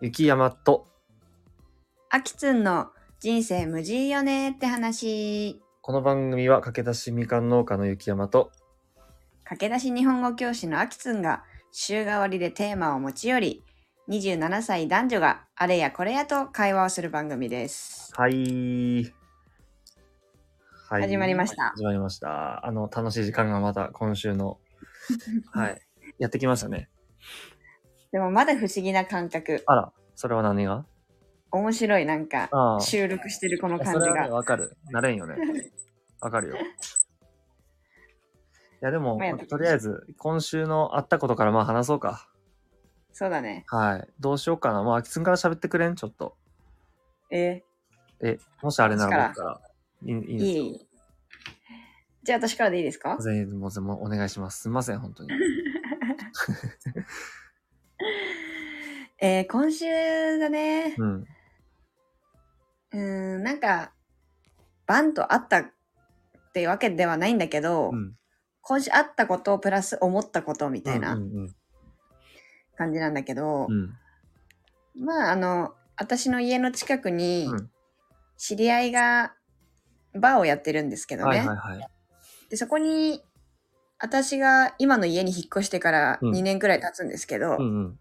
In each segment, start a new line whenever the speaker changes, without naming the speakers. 雪山と
あきつんの人生無事よねって話。
この番組は駆け出しみかん農家の雪山と
駆け出し日本語教師のあきつんが週替わりでテーマを持ち寄り、27歳男女があれやこれやと会話をする番組です。
はい、はい、
始まりました
始まりましたあの楽しい時間がまた今週の はいやってきましたね
でもまだ不思議な感覚。
あらそれは何が
面白いなんか
ああ
収録してるこの
そ
感じ
れは
が。
ねわかるなれんよ ねわかるよいやでも、
まあやって
とりあえず今週のあったことからまあ話そうか
そうだね。
はいどうしようかなまああきつんから喋ってくれんちょっと
え
えもしあれなら
私
僕からいいいい
ー、
ですよ
いいじゃあ私からでいいですか
全員もう全部お願いします。すみません、本当に。
えー、今週だね。
うん。
うーん、なんか、バンとあったってわけではないんだけど、
うん。
今週あったことプラス思ったことみたいな
うんうん
感じなんだけど、
うん。
まああの、私の家の近くに
うん
知り合いがバーをやってるんですけ
うん。
ど
は
ね、
いはいはい。
でそこに私が今の家に引っ越してから
うん
2年くらい経つんですけど、
う
も
んうん。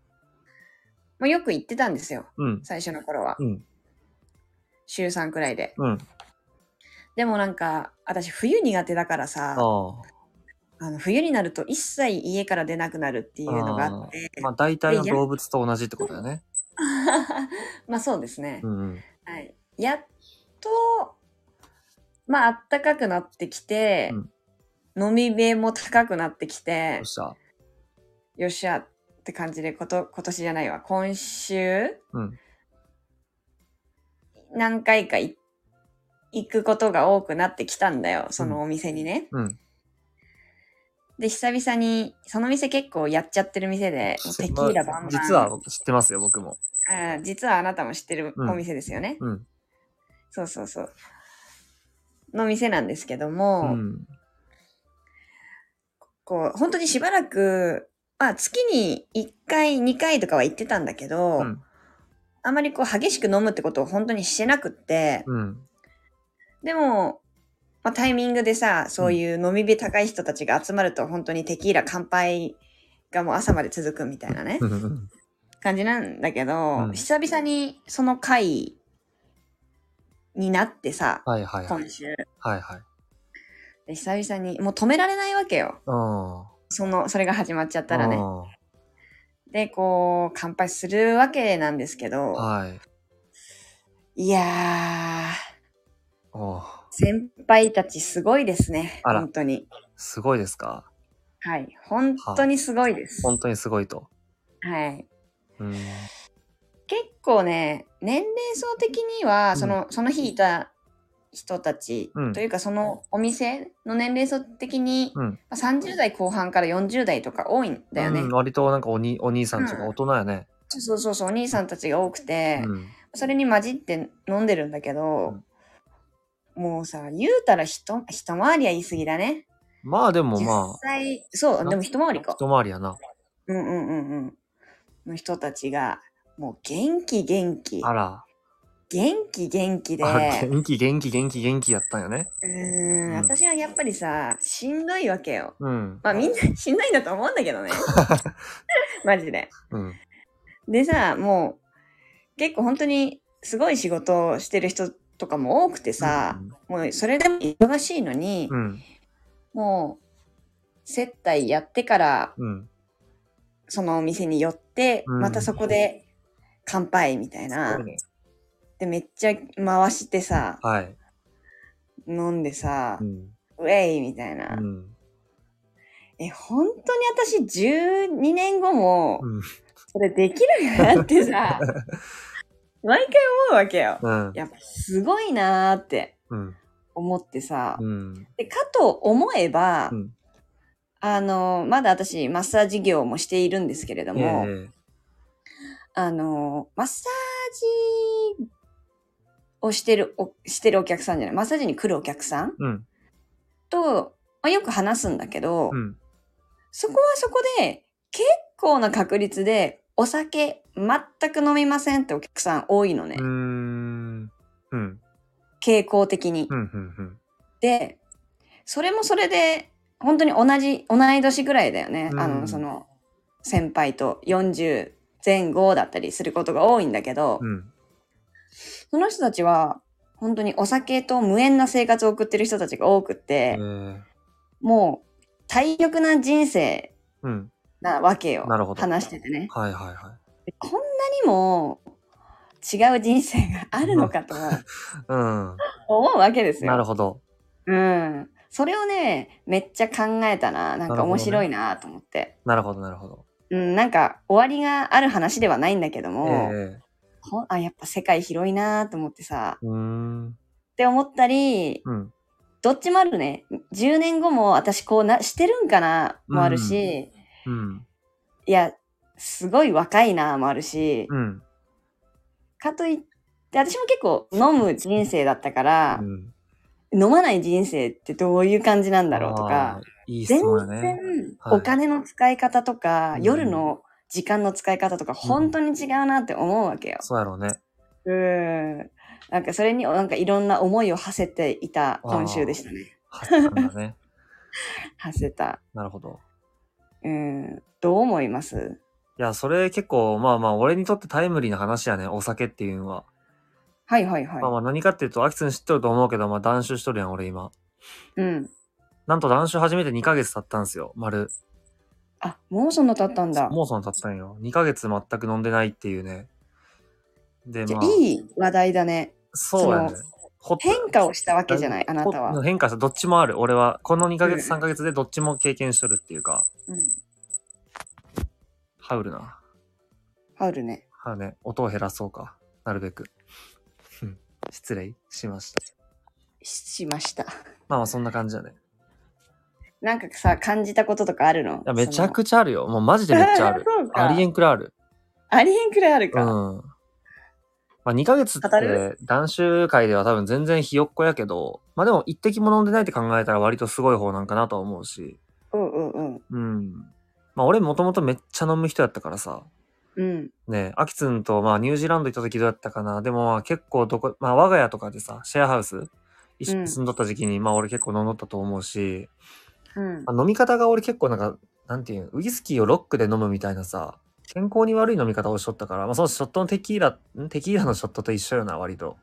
うよく行ってたんですよ
うん。
最初の頃は
うん。
週3くらいで
うん。
でもなんか私冬苦手だからさ
ああ。
あの冬になると一切家から出なくなるっていうのがあって
まあ大体の動物と同じってことだよね。
まあそうですね
う、んうん。
はい、やっとまああったかくなってきて、飲み部も高くなってき
ど
て
うした
よっしゃって感じでこと今年じゃないわ今週
うん。
何回かい行くことが多くなってきたんだよそのお店にね、
うん。
で久々にその店結構やっちゃってる店でもうテキーラバンバン、
まあ実は僕知ってますよ、僕も。
あー実はあなたも知ってるお店ですよね、
うん。
そうそうそう。の店なんですけど
う
も、
ん。
こう、本当にしばらく、まあ月に1回、2回とかは行ってたんだけど、
うん。
あまりこう激しく飲むってことを本当にしてなくって、
うん。
でも、まあ、タイミングでさ、そういう飲み火高い人たちが集まると本当にテキーラ乾杯がもう朝まで続くみたいなね
う、んうん。
感じなんだけど、
うん
久々にその回になってさ、
はいはいはい。
今週。
はいはい。
で久々に、もう止められないわけよ。
うん。
その、それが始まっちゃったらね。で、こう、乾杯するわけなんですけ
うん。
ど、
はい。
いや
おう
ー、先輩たちすごいですね。
あら
本当に。
すごいですか
はい。本当にすごいです。
本当にすごいと。
はい。
うん。
結構ね、年齢層的に
ん
は、その、その日いた人たち、
うん
というかそのお店の年齢層的に、
うん
まあ30代後半から40代とか多いんだよね。
うん割となんかおにお兄さんとか大人やね。
そうそうそう、お兄さんたちが多くて、
うん。
それに混じって飲んでるんだけど、もうさ、言うたら一一回りは言い過ぎだね。
まあでも
実
ま
際、そう、でも一回り
あ、
か。
一回りやな。
うんうんうんうん。の人たちが、もう元気元気。
あら。
元気元気で。
あ
う
元気元気元気元気やったんよね。
ー
うん
ん、私はやっぱりさ、しんどいわけよ。
うん。
まあみんな しんどいんだと思うんだけ どね。マジで。
うん。
でさ、もう、結構本当にすごい仕事をしてる人とかも多くてさ、もうそれでも忙しいのに、
うん。
もう、接待やってから、
うん。
そのお店に寄って、
うん
またそこで乾杯みたいな。
うん
で、めっちゃ回してさ、
はい。
飲んでさ
う、ん。
ウェイみたいな。
うん。
え、本当に私12年後も、
うん
それできるかなって さ、毎回思うわけよ。
うん。
やっぱすごいなーって
うん。
思ってさ。
うん。
で、かと思えば、
うん
あの、まだ私マッサージ業もしているんですけれど
え
も、
え
あの、マッサージをしてるお、してるお客さんじゃない、マッサージに来るお客さん
うん。
と、まあ、よく話すんだけど、
うん。
そこはそこで、結構な確率で、お酒全く飲みませんってお客さん多いのね、
うーん。うん。
傾向的に。
うん。うん。
で、それもそれで、本当に同じ、同い年ぐらいだよね。
うん
あの、その、先輩と40前後だったりすることが多いんだけど、
うん。
その人たちは、本当にお酒と無縁な生活を送ってる人たちが多くって、
うん。
もう、体力な人生
うん。
なわけよ。
なるほど
話しててね。
はいはいは
こんなにも違う人生があるのか と
い。
思うわけで
う
す
ん。
よ。
なるほど。
うん。それをね、めっちゃ考えたな。なん
なるほ
か
どね
面白いなと思って。
なるほどなるほど。
うん、なんか終わりがある話ではないんだけど
え
も、
え
ほんあ、やっぱ世界広いなと思ってさ、っ
うーん。
て思ったり、
うん。
どっちもあるね。10年後も私こうなしてるんかなもあるし、
うん。
いや、すごい若いなもあるし、
うん。
かといって、私も結構飲む人生だったから
う、ん。
飲まない人生ってどういう感じなんだろうと
あ
か
ー。、いい質
全
問だ
然
ね。はい
お金の使い方とか、
うん
夜の時間の使い方とか本当に違うなって思うわけよ。
そうやろうね。
うん。なんかそれになんかいろんな思いを馳せていた今週でしたね。
発散だね。
馳せた。
なるほど。
うん。どう思います
いや、それ結構、まあまあ、俺にとってタイムリーな話やね、お酒っていうのは。
はいはいはい。
まあまあ、何かっていうと、アキツン知っとると思うけど、まあ、断酒しとるやん、俺今。
うん。
なんと断酒始めて2ヶ月経ったんすよ、丸。
あ、もうそんな経ったんだ。
もうその経ったんよ。2ヶ月全く飲んでないっていうね。で、
じゃ
まあ、
いい話題だね。
そうやね
その。
ほっ
変化をしたわけじゃない、あな
ほ
たは。
変化した、どっちもある。俺は、この2ヶ
うん
月、3ヶ月でどっちも経験しとるっていうか、
うん。
ハウルな。
ハウルね。
ハウルね、音を減らそうか。なるべく。うん失礼しました。
ししました。
まあまあ、そんな感じだね。
なんかさ、感じたこととかあるの
いや、めちゃ
ち
くちゃあるよ。もうマジでめっちゃある。
そうか
ありえんくらいある。
ゃ。ありえんくらいある
うん。
か。
まあ、2ヶ月っ
語
て
る、
男子会では多分全然ひよっこやけど、まあでも一滴も飲んでないって考えたら割とすごい方なんかなとは思うし、
うんうんうん。
うん。まあ俺もともとめっちゃ飲む人やったからさ、
うん。
ねえ、アキツンとまあニュージーランド行った時どうやったかな、でもまあ結構どこ、まあ我が家とかでさ、シェアハウス、一緒
うん
に住んどった時期に、まあ俺結構飲んどったと思うし、
うん
まあ飲み方が俺結構なんか、なんていうんウイスキーをロックで飲むみたいなさ、健康に悪い飲み方をしとったから、まあそのショットのテキーラ、んテキーラのショットと一緒よな、割と。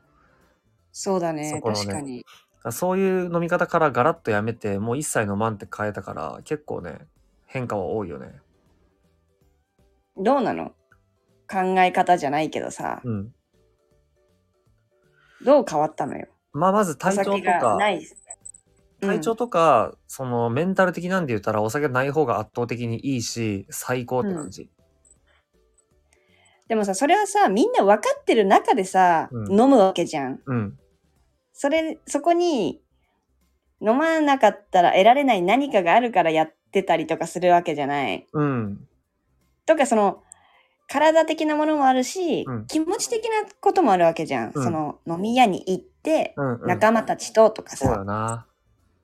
そうだね
そこのね
確かに。
そういう飲み方からガラッとやめて、もう一切飲まんって変えたから、結構ね、変化は多いよね。
どうなの考え方じゃないけどさ、
うん。
どう変わったのよ。
まあ、まず体調と
お酒がな
か、
い。うん
体調とか、そのメンタル的なんで言ったら、お酒ない方が圧倒的にいいし、最高って感じ。
でもさ、それはさ、みんな分かってる中でさ、
うん
飲むわけじゃん。
うん。
それ、そこに、飲まなかったら得られない何かがあるからやってたりとかするわけじゃない。
うん。
とか、その、体的なものもあるし、
うん
気持ち的なこともあるわけじゃん。
うん
その、飲み屋に行って、
うん、うん。
仲間たちととかさ、
そうだな。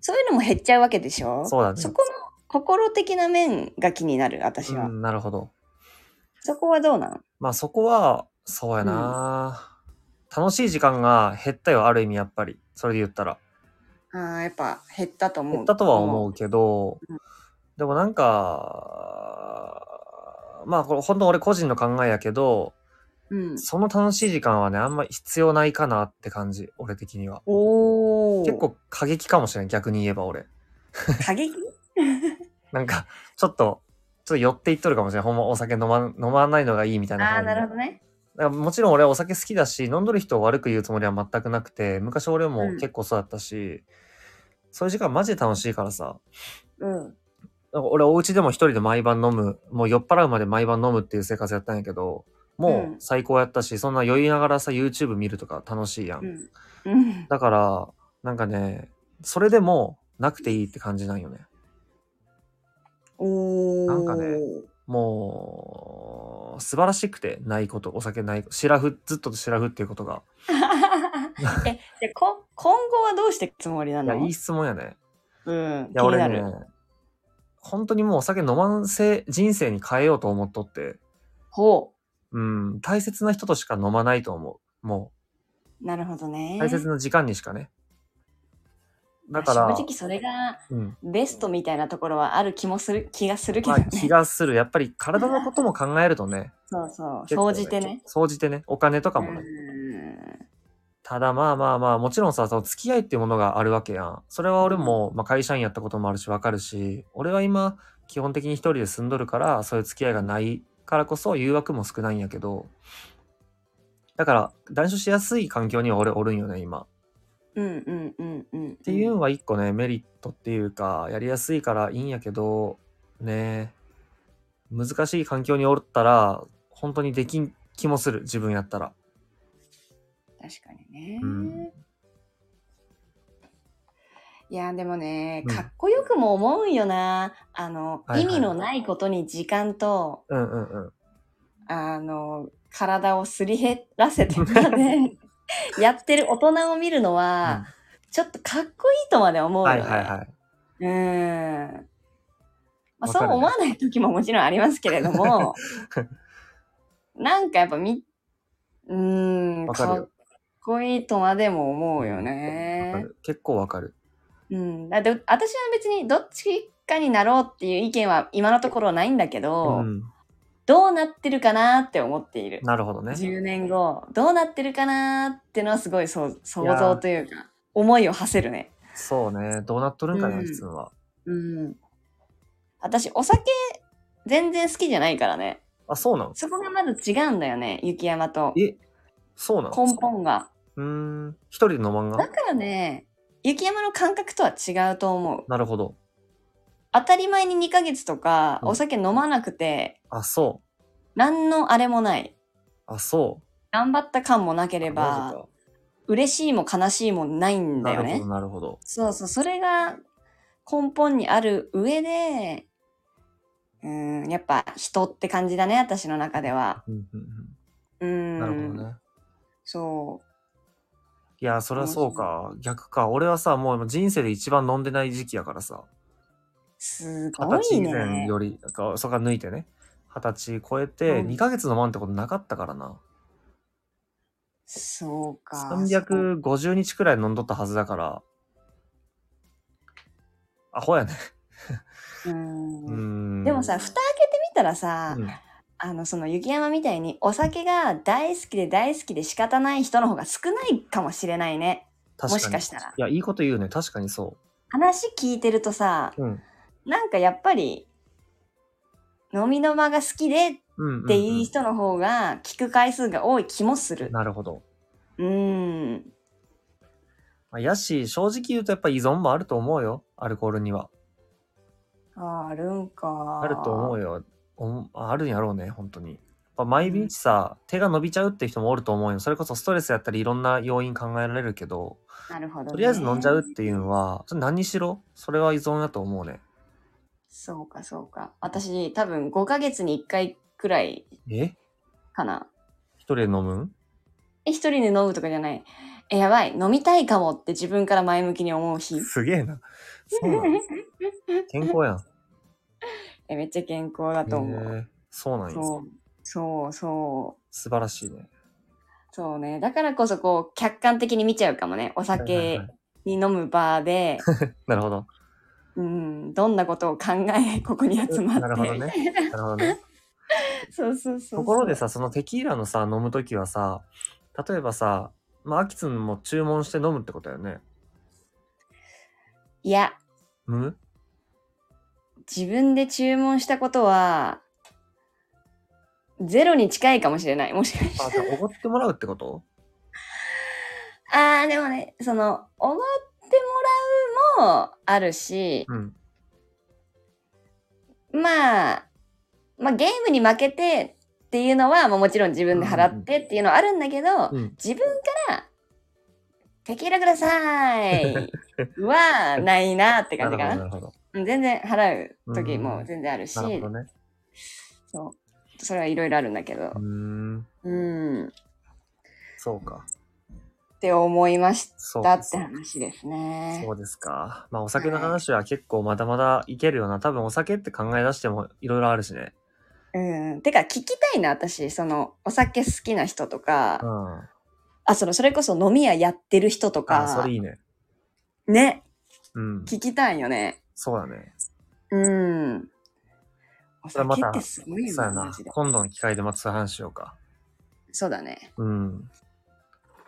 そういうのも減っちゃうわけでしょ
そうだね
この心的な面が気になる、私
う
は。
ん、なるほど。
そこはどうなの
まあ、そこは、そうやな。楽しい時間が減ったよ、ある意味、やっぱり。それで言ったら。
ああ、やっぱ減ったと思う。
減ったとは思うけど、
うん
でもなんか、まあこれ本当俺個人の考えやけど、
う。うん。
その楽しい時間はね、あんま必要ないかなって感じ、俺的には。
おお。
結構過激かもしれん、逆に言えば俺。
過激
なんか、ちょっと、ちょっと寄っていっとるかもしれん。ほんまお酒飲まん飲まないのがいいみ たいな方
ああ、
に
なるほどね。
だからもちろん俺はお酒好きだし、飲んどる人を悪く言うつもりは全くなくて、昔俺も結構そうだったし、そういう時間マジで楽しいからさ、
うん。
なんか俺お家でも一人で毎晩飲む、もう酔っ払うまで毎晩飲むっていう生活やったんやけど、もう最高やったし、そんな酔いながらさ、YouTube 見るとか楽しいやん。
うん。うん。
だから、なんかね、それでもなくていいって感じなんよね。
おお。
なんかねもう、素晴らしくて、ないこと、お酒ない、シラフ、ずっとシラフっていうことが。
え、じゃあこ今後はどうしていくつもりない
や、
の
いい質問やね。
うん。
いや、
気にな
俺
る。
ね、本当にもうお酒飲まんせ、人生に変えようと思っとって、
ほ
うん、大切な人としか飲まないと思う。も
う。なるほどね
う、。大切な時間にしかね。だから、
正直それが
うん。
ベストみたいなところはある気もする、気がするけ
ま
ど
あ
ね。
気がする。やっぱり体のことも考えるとね。
そうそう。
結構
総じてね。。
総じてね。お金とかもね。
うん
ただまあまあまあ、もちろんさ、その付き合いっていうものがあるわけやん。それは俺も、まあ会社員やったこともあるし、わかるし、俺は今、基本的に一人で住んどるから、そういう付き合いがないからこそ誘惑も少ないんやけど、だから、断酒しやすい環境には俺おるんよね、今。
うんうんうんうん。っ
っていうのは一個ね、メリットっていうか、やりやすいからいいんやけど、ね難しい環境におったら、本当にできん気もする、自分やったら。
確かにね。
うん
いやでもね、
うん
かっこよくも思うんよな。あの、
はいはい
意味のないことに時間と、
うんうんうん。
あの、体をすり減らせてま でやってる大人を見るのは、ちょっとかっこいいとまで思
うん
うよ、
はい
ね。
はいはい。
うん。
わ
まあ、そ
かる
う思わない時ももちろんありますけれ ども、なんかやっぱみ、うーん、
わかる
か
よ
っこいいとまでも思うよ
わか
ね。
る結構わかる。
うん。だって私は別にどっちかになろうっていう意見は今のところないんだけど、
うん、
どうなってるかなって思っている。
なるほどね。
10年後、どうなってるかなってのはすごい想想像というか、思いを馳せるね。
そうね。どうなっとるんかね、
うん
普通は。
うん。私、お酒、全然好きじゃないからね。
あ、そうなの
そこがまず違うんだよね、雪山と。
え、そうなの
根本が。
うーん。一人で飲まん
だ
が
からね、雪山の感覚とは違うと思う。
なるほど。
当たり前に2ヶ月とか、
うん
お酒飲まなくて、
あ、そう。
何のあれもない。
あ、そう。
頑張った感もなけれ
マジ
ば、
か
嬉しいも悲しいもないんだ
な
よ
るほ
ね
ど、。なるほど。
そうそう、それが根本にある上で、うん、やっぱ人って感じだね、私の中では。
うんうんう
うん。
ん、なるほどね。
そう。
いや、そりゃそうか。逆か。俺はさ、もう今人生で一番飲んでない時期やからさ。
すご
二十
い
歳以
ね
前。より、かそこから抜いてね。二十歳超えて、
うん
2ヶ月飲まんってことなかったからな。
そうか。
350日くらい飲んどったはずだから。アホやね。
そううん
うん。
でもさ、蓋開けてみたらさ、
うん
あの、その雪山みたいにお酒が大好きで大好きで仕方ない人の方が少ないかもしれないね。
確
もしかしたら
いや、いいこと言うね。確かにそ
話聞いてるとさ、
う。うん。
なんかやっぱり、飲みの場が好きでっ
うんうんうん
ていう人の方が聞く回数が多い気もする。
なるほど。
うん。
まあやし、正直言うとやっぱ依存もあると思うよ。アルコールには。
ああるんか。
あると思
う。
うよ。おんあるんやろうね、本当に。やっぱ毎日さ、手が伸びちゃうって人もおると思うよ。それこそストレスやったりいろんな要因考えられるけど、
なるほど、ね。
とりあえず飲んじゃうっていうのは、それ何にしろ、それは依存だと思うね。
そうか、そうか。私、多分5ヶ月に1回くらい
え
かな。
一人で飲むん
え、一人で飲むとかじゃない。え、やばい、飲みたいかもって自分から前向きに思う日。
すげえな。そうなん健康やん。
え、めっちゃ健康 だと思う。
へえそうなんや。
そう、そう、そう。
素晴らしいね。
そうね。だからこそ、こう、客観的に見ちゃうかもね。お
はいはい
酒
は
に飲むバ ーで、
なるほど。
うん、どんなことを考え、ここに集まって。
なるほどね。なるほどね。
そうそうそうそう。
ところでさ、そのテキーラのさ、飲むときはさ、例えばさ、まあ、アキツンも注文して飲むってことだよね。
いや、
む
自分で注文したことは、ゼロに近いかもしれない。もしかし
あ、じゃあ、おごってもらうってこと
あーでもねその思ってもらうもあるし
うん。
まあまあゲームに負けてっていうのはもうもちろん自分で払ってっていうのはあるんだけど、
うん。
自分から「テキーラください」 はないなって
なる
感じ
ほど、な
かな
るほど。
うん全然払う時
う
も
ん
全然あるし、
なるほどね。
そうそれはいろいろあるんだけど
うーん。
うんっ
そうか。
て思いまし
そう
た
か。
って話ですね
そうですか。まあ、お酒の話は結構まだまだいけるよな。多分、お酒って考え出してもいろいろあるしね。
うん。てか、聞きたいな、私。その、お酒好きな人とか、
うん。
あ、その、それこそ飲み屋やってる人と
あ、そ
か
れ、いいね。
ね、
うん。
聞きたいよね。
そうだね。
うん。お
それま
酒
た
ってすごいよ
そうや
な、
な
マジ。で。
今度の機会でまたそういう話しようか。
そうだね。
うん。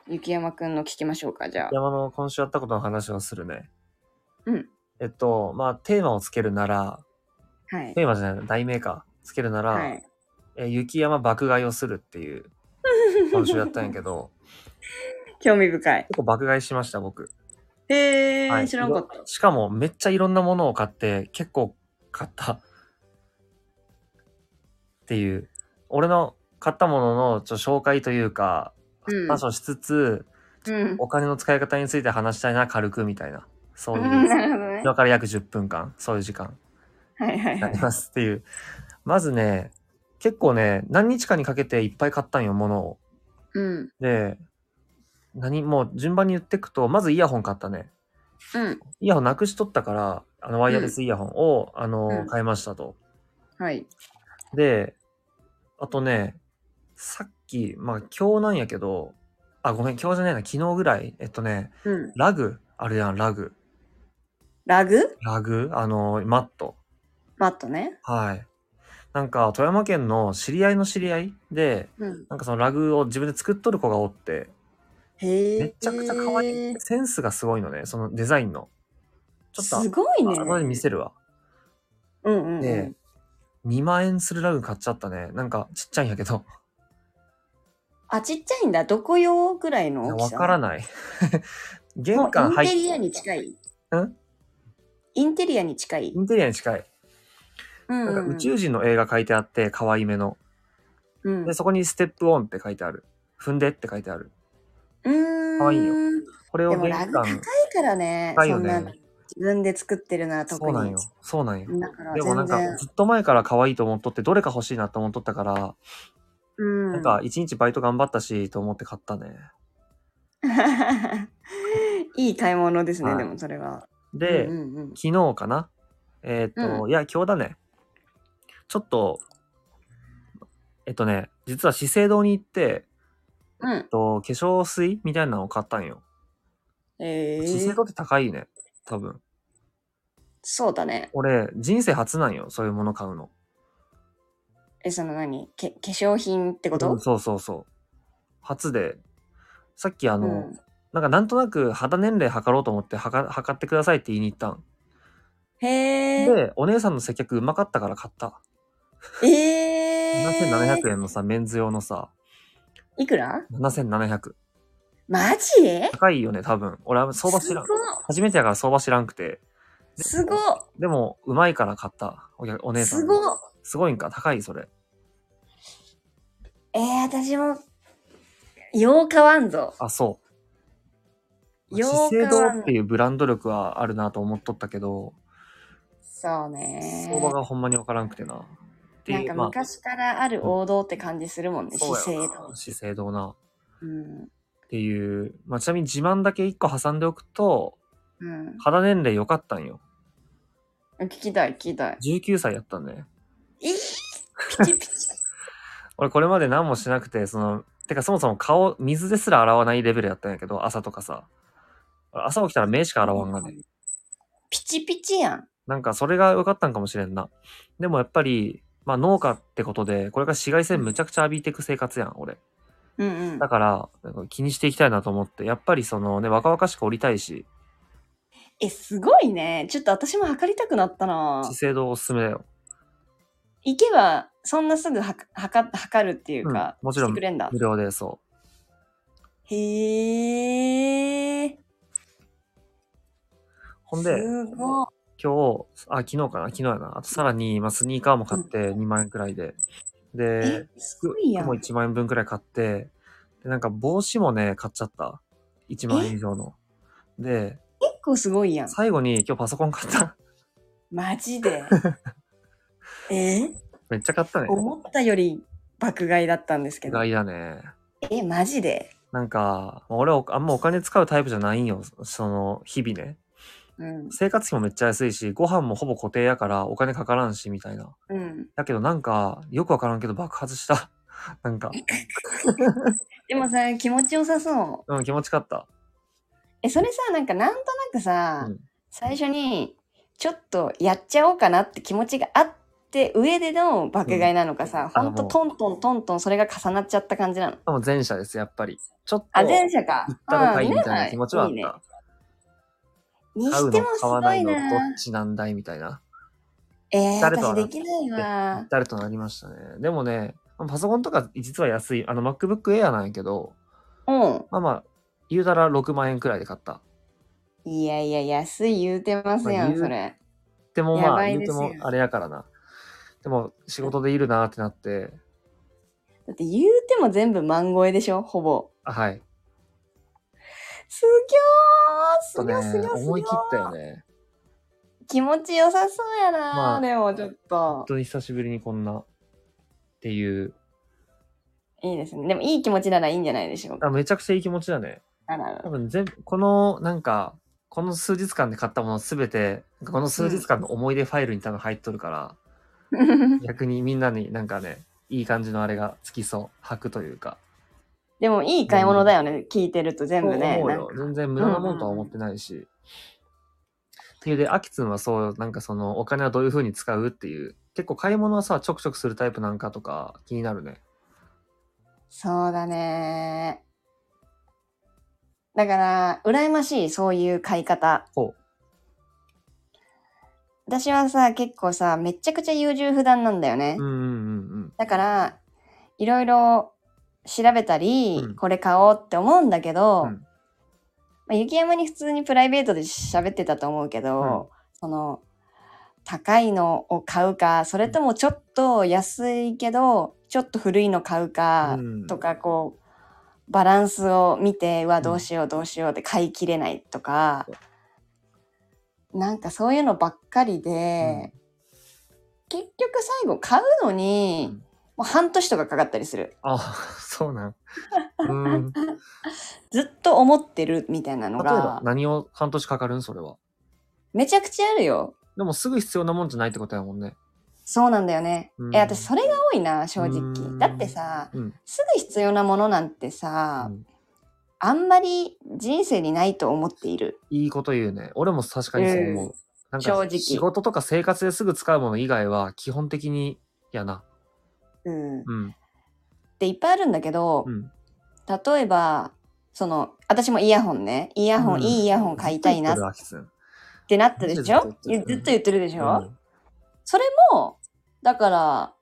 雪山くんの聞きましょうか、じゃあ。
山の今週やったことの話をするね。
うん。
えっと、まあ、テーマをつけるなら、
はい。
テーマじゃない、題名か。つけるなら、
はい。
え雪山爆買いをするっていう、今週やったんやけど、
興味深い。
結構爆買いしました、僕。
へえー
はい
知らんかった。
しかも、めっちゃいろんなものを買って、結構買った。っていう。俺の買ったもののちょ紹介というか、
うん
話をしつつ、
うん。
お金の使い方について話したいな、軽くみたいな。そううい
んな
う。
るほどね。
今から約10分間、そういう時間
はいはい
に
は
なり
い。
ますっていう。まずね、結構ね、何日かにかけていっぱい買ったんよ、物を。
うん。
で、何もう順番に言ってくと、まずイヤホン買ったね。
うん。
イヤホンなくしとったから、あのワイヤレスイヤホンを、あの、
うん
買いましたと。
はい。
で、あとね、さっき、まあ今日なんやけど、あ、ごめん、今日じゃないな、昨日ぐらい、えっとね、
うん。
ラグ、あるやん、ラグ。
ラグ
ラグあの、マット。
マットね。
はい。なんか、富山県の知り合いの知り合いで、
うん。
なんかそのラグを自分で作っとる子がおって、
へえ。
めちゃくちゃ可愛い。センスがすごいのね、そのデザインの。ちょっと、
すごいね。
後で見せるわ。
うんうんうん。
で2万円するラグ買っちゃったね。なんか、ちっちゃいんやけど。
あ、ちっちゃいんだ。どこ用ぐらい
いや
の大
わ
きさ
からない。
も
玄関
うイン
入っ
テリアに近い。
うん
インテリアに近い。
インテリアに近い。
うんう
なんん
う
か宇
ん。
宙人の映画書いてあって、可愛めの。
うん
で、そこにステップオンって書いてある。踏んでって書いてある。
うーん。
可愛いよこれを
でも
玄
ラグ高い
関。
からね。
高いよね
そんな自分で作ってるなら特
そ
に。
うなんよ。そうなんよ。
だから
でもなん
全
か、
然。
ずっと前から可愛いと思っとって、どれか欲しいなと思っとったから、
うん。
なんか、一日バイト頑張ったし、と思って買ったね。
いい買い物ですね、
はい
でもそれは。
で、
うんうんうん
昨日かなえっ、と、いや、今日だね。ちょっと、えっとね、実は資生堂に行って、
うん。
と化粧水みたいなのを買ったんよ。
え
資生
ー
堂、って高いね。多分。
そうだね。
俺、人生初なんよ。そういうもの買うの。
え、その何け化粧品ってこと、
うんそうそうそう。初で、さっきあの、
うん
なんかなんとなく肌年齢測ろうと思って測測ってくださいって言いに行ったん。
へー
で、お姉さんの接客うまかったから買った。
えー。
7700円のさ、メンズ用のさ、
いくら
7700。
マジ
高いよね、多分。俺は相場知らん
す。ご
初めてやから相場知らんくて。
すご
でも、うまいから買った。お客お姉さん。
すご
すごいんか、高い、それ。
えー、私も、よう買わんぞ。
あ、そう。資
よう
生
買わ
堂っ
ん
て。いうブランド力はあるなと思っとったけど、
そうね。
相場がほんまにわからんくてな。って
なん
い
か
う、まあ、
昔からある王道って感じするもんね、資
そう
生
や
堂
な。。資生堂な。
うん。
っていう、まあ、ちなみに自慢だけ1個挟んでおくと、
うん。
肌年齢良かったんよ。
聞きたい、聞きたい。
19歳やったんね。
いいピチピチ。
俺これまで何もしなくて、その、てかそもそも顔、水ですら洗わないレベルやったんやけど、朝とかさ。俺朝起きたら目しか洗わんがね。
ピチピチやん。
なんかそれが良かったんかもしれんな。でもやっぱり、まあ農家ってことで、これから紫外線むちゃくちゃ浴びていく生活やん、俺。
うんうん
だ。から、なんか気にしていきたいなと思って、やっぱりそのね、若々しく降りたいし、
え、すごいね。ちょっと私も測りたくなったな。
資生堂おすすめだよ。
行けば、そんなすぐはか測測るっていうか、
うんもちろん
してくれんだ
無。料で、そ
へえ。
う。ほんで、
すごい。
今日、あ、昨日かな昨日やな。あとさらに、まあ、スニーカーも買って2万円くらいで。で
え、すごいやん
服も1万円分くらい買って、で、なんか帽子もね、買っちゃった。1万円以上の。で、
結構すごいやん。
最後に今日パソコン買った。
マ ジで。え
めっちゃ買ったね。
思ったより爆買いだったんですけ
意
ど。
外だね。
え、マジで
なんか、まあ俺はおあんまお金使うタイプじゃないんよ。その、日々ね。
うん。
生活費もめっちゃ安いし、ご飯もほぼ固定やからお金かからんし、みたいな。
うん。
だけどなんか、よくわからんけど爆発した。なんか、
でもさ、気持ちよさそう。
うん、気持ちかった。
え、それさ、なんかなんとなくさ、
うん
最初に、ちょっとやっちゃおうかなって気持ちがあって、上での爆買いなのかさ、
うん
ほんと
あもう
トントントントンそれが重なっちゃった感じなの。
でも前者です、やっぱり。ちょっと、
あ、
行
前者か。
った方がいい
うん
みたいな気持ちはあっ
いいね
た。
に
買う
して
の
もす
買
ご
わない
い
のど
な
っ。ちなんだいみたいな。
えー、
誰とは
私
な
できないわ。
誰となりましたね。でもね、パソコンとか実は安い。あの MacBook Air なんやけど、
うん。
まあまあ、言うたら6万円くらいで買った。
いやいや、安い言うてますや
まあ
ん、
言う
それ。
でも
や
まあ、
ばい
言う
で
て
すよ
もあれやからな。でも仕事でいるなってなって、
だって言うても全部万超えでしょ、ほぼ。
あはい。
す
ちょ
ぎょ
っ
ー
と
すぎょすぎ
ね
ょ、す
思
ぎ
い
ょ
切ったよね。
気持ちよさそうやな、
まあ
でもちょっ
本
と。
当に久しぶりにこんな、っていう。
いいですね。でもいい気持ちならいいんじゃないでしょうか。
あめちゃくちゃいい気持ちだね。
あら
多
ら
分全部、このなんか、この数日間で買ったものすべて、この数日間の思い出ファイルに多分入っとるから、逆にみんなになんかね、いい感じのあれがつきそう、吐くというか。
でもいい買い物だよね、聞いてると全部
そう
ね。
思う
なん
よ
か。
全然無駄なもんとは思ってないし。っていうで、アキツンはそう、なんかそのお金はどういう風に使うっていう、結構買い物はさ、ちょくちょくするタイプなんかとか気になるね。
そうだね。だから、羨ましい、そういう買い方。
ほう
私はさ、結構さ、めっちゃくちゃ優柔不断なんだよね。
うんうん
だから、いろいろ調べたり、
うん
これ買おうって思うんだけど、
うん
まあ、雪山に普通にプライベートで喋ってたと思うけど、その高いのを買うかそれともちょっと安いけどちょっと古いの買う
うん
か
う、ん。
とかこうバランスを見てうわどうしようどうしようって買い切れないとか、なんかそういうのばっかりで、結局最後買うのに、
うん
もう半年とかかかったりする
あ、そうなん。 うん。例え
ずっと思ってるみたいなの
ば
が
何を半年かかるんそれは。
めちゃくちゃあるよ。
でもすぐ必要なもんじゃないってことやもんね。
そうなんだよね。
うん
え、私それが多いな、正
うん
直。だってさ、
うん。
すぐ必要なものなんてさ、
うん
あんまり人生にないと思っている。
いいこと言うね。俺も確かにそう思う。
うん
なん
正
か
直
仕事とか生活ですぐ使うもの以外は基本的にやな。
うん。っ
うん。
ていっぱいあるんだけど
う、ん。
例えば、その、私もイヤホンね。イヤホン、
うん
いいイヤホン買いたいなっ
ずっと言ってるわキツン
てなったでしょ
ずっと言ってる
ずっと言ってるでしょ、
うん
それも、だから、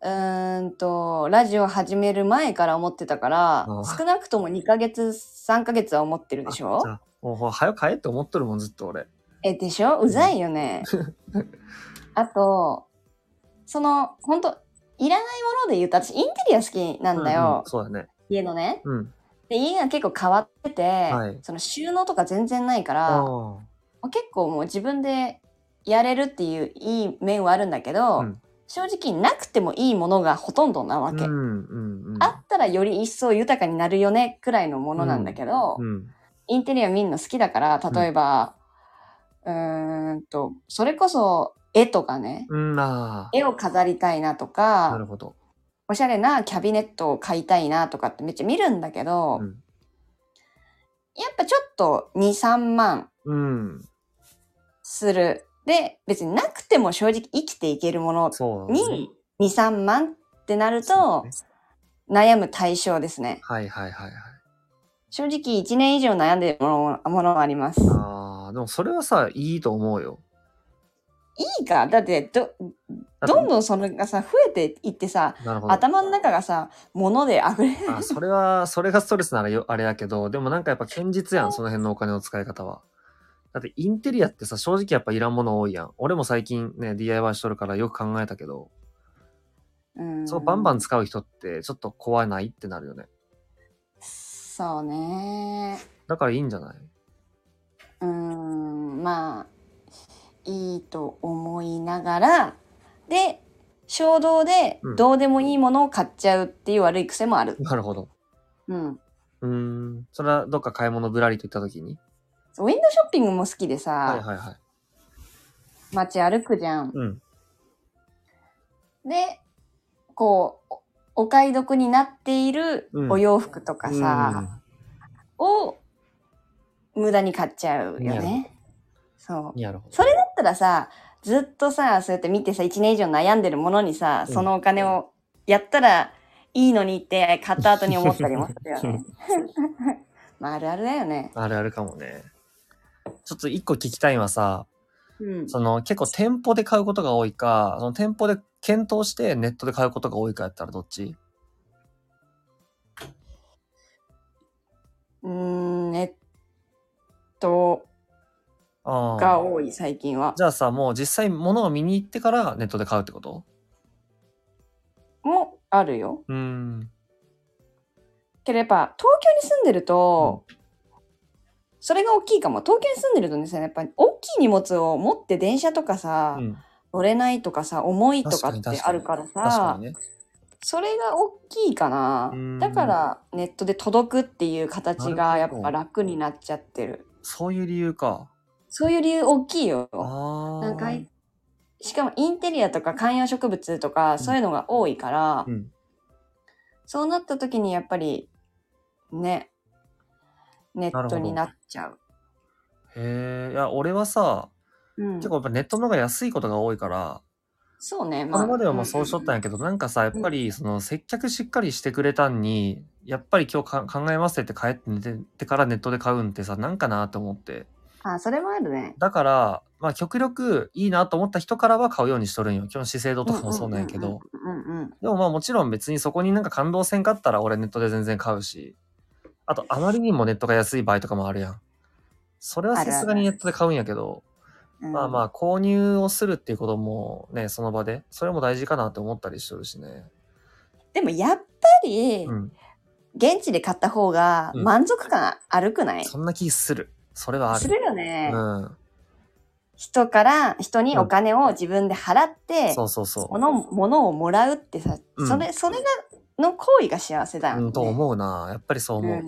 うーんと、ラジオ始める前から思ってたから
あ、ー
少なくとも2ヶ月、3ヶ月は思ってるでしょ
じゃあもうほら早く買えって思っとるもん、ずっと俺。
え、でしょうざい よね。あと、その、ほんと、いらないもので言うと、私、インテリア好きなんだ
うう
よ。
そうだね。
家のね。
うん。
で、家が結構変わってて、
はい
その収納とか全然ないから、も
あ
う結構もう自分でやれるっていういい面はあるんだけど、
うん
正直なくてもいいものがほとんどな
あ。
わ
うん
け。
うんうん。
あったらより一層豊かになるよね、くらいのものなんだけど、
うん。
インテリア見るの好きだから、例えば、うーんと、それこそ絵とかね、
うん、あ
絵を飾りたいなと
あ。なる
か、
ほど。
おしゃれなキャビネットを買いたいなとかってめっちゃ見るんだけど、
うん。
やっぱちょっと2、3万
うん。
する。で、別になくても正直生きていけるもの
そうだね。
に2、3万ってなる
そう
と
ね
悩む対象ですね。
はいはいはいはい。
正直1年以上悩んでるものものもあります。
ああ、でもそれはさ、いいと思うよ。
いいかだってど、
だって
どんどんそれがさ、増えていってさ、
なるほど。
頭の中がさ、物で溢れる。
あそれは、それがストレスならよあれやけど、でもなんかやっぱ堅実やん、その辺のお金の使い方は。だってインテリアってさ、正直やっぱいらんもの多いやん。俺も最近ね、DIY しとるからよく考えたけど、
うん
そうバンバン使う人ってちょっと怖ないってなるよね。
そうね。
だからいいんじゃない
うん、まあ、いいと思いながら、で、衝動で
うん
どうでもいいものを買っちゃうっていう悪い癖もある。
なるほど。
うん。
うーん。それはどっか買い物ぶらりと行った時に
ウィンドウショッピングも好きでさ、
はいはいはい。
街歩くじゃん。
うん。
で、こう、おお買い得になっている
うん
お洋服とかさ、を無駄に買っちゃう
な
よ
るほど
ね。そ
う
う
ん、。なるほど。
それだったらさ、ずっとさ、そうやって見てさ、1年以上悩んでるものにさ、
うん
そのお金をやったらいいのにって買った後に思ったりもするよね。 まあ、あるあるだよね。
あるあるかもね。ちょっと一個聞きたいのはさ、
うん。
その結構店舗で買うことが多いか、その店舗で検討してネットで買うことが多いかやったらどっち
うーん、ネット
あ
が
あ。
多い、最近は。
じゃあさ、もう実際物を見に行ってからネットで買うってこと
もあるよ。
うーん。
けどやっぱ、東京に住んでると、それが大きいかも。東京に住んでるとね、やっぱり大きい荷物を持って電車とかさ、
うん。
乗れないとかさ、重いとかってあるからさ、
確かにね。
それが大きいかな
うん。
だからネットで届くっていう形が
な
や
るほど
っぱ楽になっちゃってる。
そういう理由か。
そういう理由大きいよ。
ああ。
なんかいしかもインテリアとか観葉植物とかそういうのが多いから、
うん。
そうなった時にやっぱりね、ネットになっちゃう。
へえ。いや、俺はさ、
うん
結構やっぱネットの方が安いことが多いから、
そうね。
今まではまあそうしとったんやけど、なんかさ、やっぱりその接客しっかりしてくれたんに、やっぱり今日か考えますって帰って寝ててからネットで買うんってさ、なんかなと思って。
あ、それもあるね。
だから、まあ極力いいなと思った人からは買うようにしとるんよ。今日資生堂とかもそうなんやけど。
うんうん。
でもまあもちろん別にそこになんか感動せんかったら俺ネットで全然買うし。あとあまりにもネットが安い場合とかもあるやん。それはさすがにネットで買うんやけど、
うん
まあまあ購入をするっていうこともね、その場で、それも大事かなって思ったりしとるしね。
でもやっぱり
う、ん。
現地で買った方が
うん
満足感あるくない、
そんな気する。それはある。
するよね。
うん。
人から人にお金を自分で払って、
そうそうそ
もの物をもらうってさ、
うん
それそれがの行為が幸せだよ
う。
ね。
うん、と思うな。やっぱりそう思う。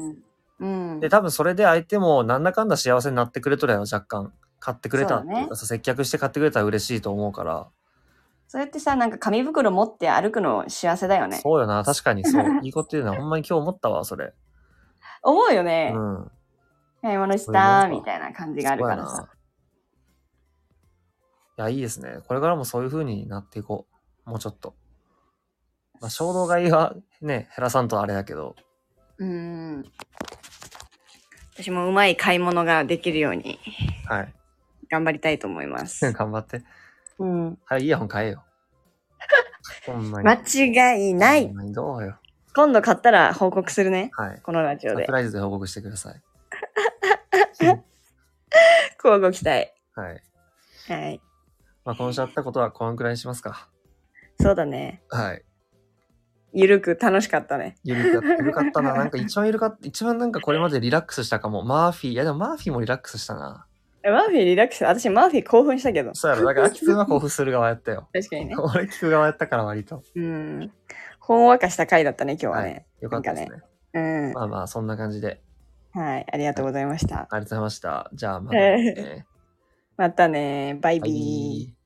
うん。うん
で、多分それで相手もなんだかんだ幸せになってくれとるやろ、若干。買ってくれたってい
そうう
か、接客して買ってくれたら嬉しいと思うから。
そうやってさなんか紙袋持って歩くの幸せだよね。
そう よな。確かにそう。いいこと言うな。ほんまに今日思ったわ、それ。
思うよね
う。ん。
買い物し
そう
た
いうもん
み
か
たいな感
そう
じ
や
がある
な
からさ。
いや、いいですね。これからもそういう風になっていこう。もうちょっと。まあ、衝動買いはね、減らさんとあれやけど。
うん。私もうまい買い物ができるように
はい。
頑張りたいと思います。
頑張って。
うん。
はい、イヤホン買えよ。 ほんまに。
間違いない。
ほんまにどうよ。
今度買ったら報告するね。
はい。
このラジ
サ
オで
プ。ライズで報告してくだ さい。
交互期待。
はい。
はい。
まあ、今週あったことはこのくらいにしますか。
そうだね。
はい。
ゆるく楽しかったね。
ゆるかゆるかった な。なんか一番ゆるかった、一番なんかこれまでリラックスしたかも。マーフィー。いや、でもマーフィーもリラックスしたな。
えマーフィーリラックス。私マーフィー興奮したけど。
そうやろ。だから、秋くんは興奮する側やった よ。
確かにね。
俺聞く側やったから割と。
うん。ほんわかした回だったね、今日は
はい
ね。。
よかったですね。
うん。
まあまあ、そんな感じで。
はい。ありがとうございまし
あ
た。
りがとうございました。じゃあ、また、
え
ね。
またね。バイビー。
バイ